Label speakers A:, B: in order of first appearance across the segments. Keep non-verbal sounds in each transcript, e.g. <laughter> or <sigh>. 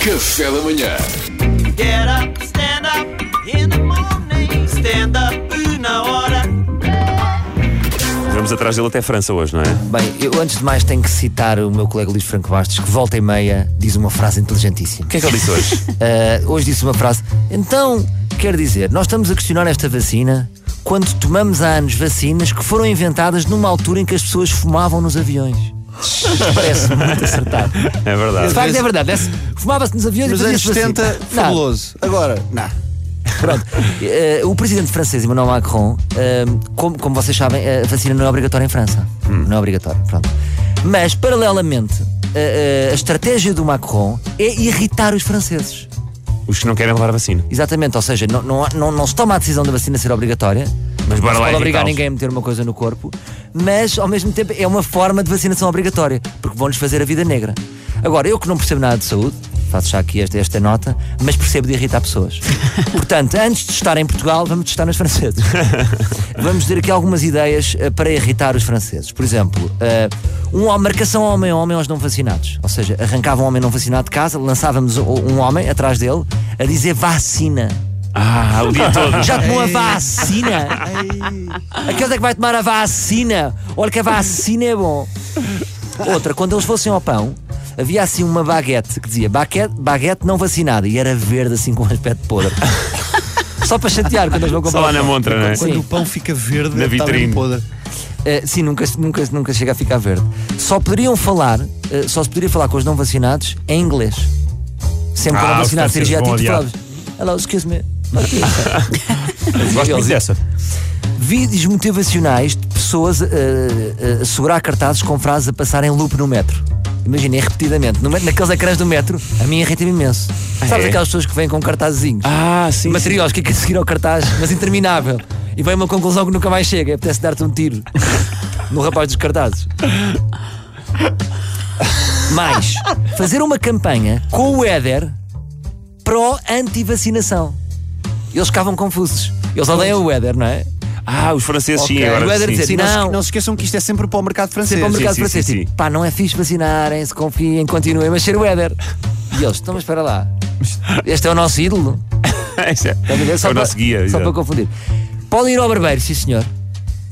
A: Café da manhã.
B: Get up, stand up in the morning. Stand up na hora.
C: Vamos atrás dele até França hoje, não é?
D: Bem, eu antes de mais tenho que citar o meu colega Luís Franco Bastos, que volta e meia diz uma frase inteligentíssima.
C: O que é que
D: <laughs>
C: ele disse hoje?
D: Ah, hoje disse uma frase. Então, quer dizer, nós estamos a questionar esta vacina quando tomamos há anos vacinas que foram inventadas numa altura em que as pessoas fumavam
C: <laughs>
D: nos aviões. Parece muito acertado.
C: É
D: De
C: verdade.
D: facto, é verdade. é- Fumava-se nos aviões
E: Nos
D: e
E: anos
D: fazia-se
E: 70,
D: vacina. Não,
E: fabuloso. Agora, não.
D: Pronto. Eh, o presidente francês Emmanuel Macron, eh, como, como vocês sabem, eh, a vacina não é obrigatória em França.
E: Hum.
D: Não é obrigatória, pronto. Mas, paralelamente, eh, eh, a estratégia do Macron é irritar os franceses.
C: Os que não querem levar a vacina.
D: Exatamente, ou seja, não, não, não, não se toma a decisão da vacina ser obrigatória.
C: Mas bora
D: não se
C: lá é
D: pode obrigar
C: irritá-los.
D: ninguém a meter uma coisa no corpo, mas ao mesmo tempo é uma forma de vacinação obrigatória, porque vão-lhes fazer a vida negra. Agora, eu que não percebo nada de saúde, faço já aqui esta, esta nota, mas percebo de irritar
C: <laughs>
D: pessoas. Portanto, antes de estar em Portugal, vamos testar nos franceses. vamos dizer aqui algumas ideias eh, para irritar os franceses. Por exemplo, eh, um, marcação homem a homem aos não vacinados. Ou seja, arrancava um homem não vacinado de casa, lançávamos o- um homem atrás dele a dizer vacina.
C: Ah, o dia todo.
D: Já tomou a vacina?
C: <laughs>
D: Aquele é que vai tomar a vacina. Olha que a vacina é bom. Outra, quando eles fossem ao pão, havia assim uma baguete que dizia baguete, baguete não vacinada e era verde assim com um aspecto podre. Só para chatear quando eles vão
C: Só
D: comprar.
C: lá na
D: o pão.
C: montra, não é?
D: Sim.
E: Quando o pão fica verde,
C: Na
E: ele está bem
C: vitrine.
E: podre.
D: Eh, sim, nunca, nunca, nunca chega a ficar verde. Só poderiam falar, eh, só se poderia falar com os não vacinados em inglês. Sempre que o
C: Ah,
D: não
C: os
D: vacinado se
C: franceses
D: dirigia a ti,
C: vão
D: tu
C: odiar.
D: falavas, Hello,
C: <laughs>
D: excuse me.
C: Gosto muito dessa.
D: Vídeos motivacionais de pessoas eh, eh, a segurar cartazes com frases a passar em loop no metro. Imaginem, repetidamente. No, met- naqueles ecrãs do metro, a mim irrita-me imenso. Sabes
C: é?
D: aquelas pessoas que vêm com cartazinhos?
C: Ah, sim.
D: materiais que é que a seguir ao cartaz, mas interminável. E vem uma conclusão que nunca mais chega. Apetece dar-te um tiro no rapaz dos cartazes. Mais, fazer uma campanha com o Éder pró-antivacinação. Eles ficavam confusos. Eles odeiam o Éder, não é?
C: Ah, os franceses sim,
E: Ok.
D: O
C: agora
D: Éder
C: sim.
D: dizer, assim,
E: Sim, não, se-
D: não,
E: não se esqueçam que isto é sempre para o mercado francês.
D: para o mercado
C: sim,
D: francês.
C: sim, sim.
D: Tipo, pá, não é fixe vacinarem-se, confiem, continuem, mas ser o Éder. E eles, então, mas espera lá. Este é o nosso ídolo.
C: <laughs> Isso é-
D: Estás a ver?
C: É o nosso guia.
D: só para
C: exato.
D: confundir. Pode ir ao barbeiro, sim senhor.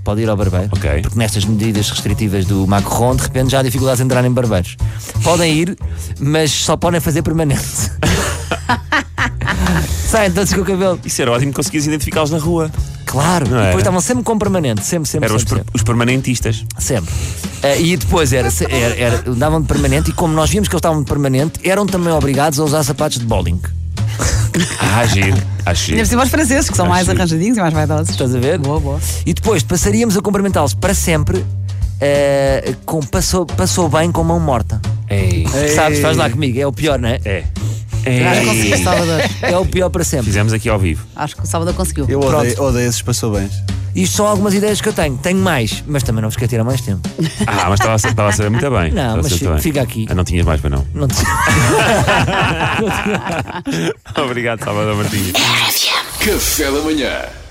D: Pode ir ao barbeiro.
C: Ok.
D: Porque nestas medidas restritivas do Macron, de repente já há dificuldades em entrar em barbeiros. Podem ir, mas só podem fazer permanente. <laughs> Sai então com o cabelo.
C: Isso era ótimo, conseguias identificá-los na rua.
D: Claro.
C: Não
D: e
C: era?
D: depois estavam sempre com permanente. Sempre, sempre,
C: Eram os,
D: sempre.
C: per- os permanentistas.
D: sempre. sempre. Ah, e depois era, era, era- davam de permanente e como nós vimos que eles estavam de permanente, eram também obrigados a usar sapatos de bowling.
C: Ah, giro. Acho
F: Deve
C: giro.
F: ser para os franceses, que são mais arranjadinhos e mais vaidosos.
D: Estás a ver?
F: Boa, boa.
D: E depois passaríamos a cumprimentá-los para sempre eh, com passou, passou bem com mão morta.
C: Ei.
D: Sabes, faz lá comigo, é o pior, não é?
C: É.
F: Acho que conseguiu o
C: Ei.
F: Salvador.
D: É o pior para sempre.
C: Fizemos aqui ao vivo.
F: Acho que o Salvador conseguiu.
E: Eu odeio, odeio esses passou-bens.
D: Isto são algumas ideias que eu tenho. Tenho mais, mas também não vos quero tirar mais tempo.
C: Ah, mas estava a ser- estava a saber muito bem.
D: Não,
C: Estava a
D: mas
C: saber muito bem.
D: fica aqui.
C: Ah, não tinhas mais, para não. <laughs>
D: Não te-
C: Obrigado, Salvador Martins.
A: Café da manhã.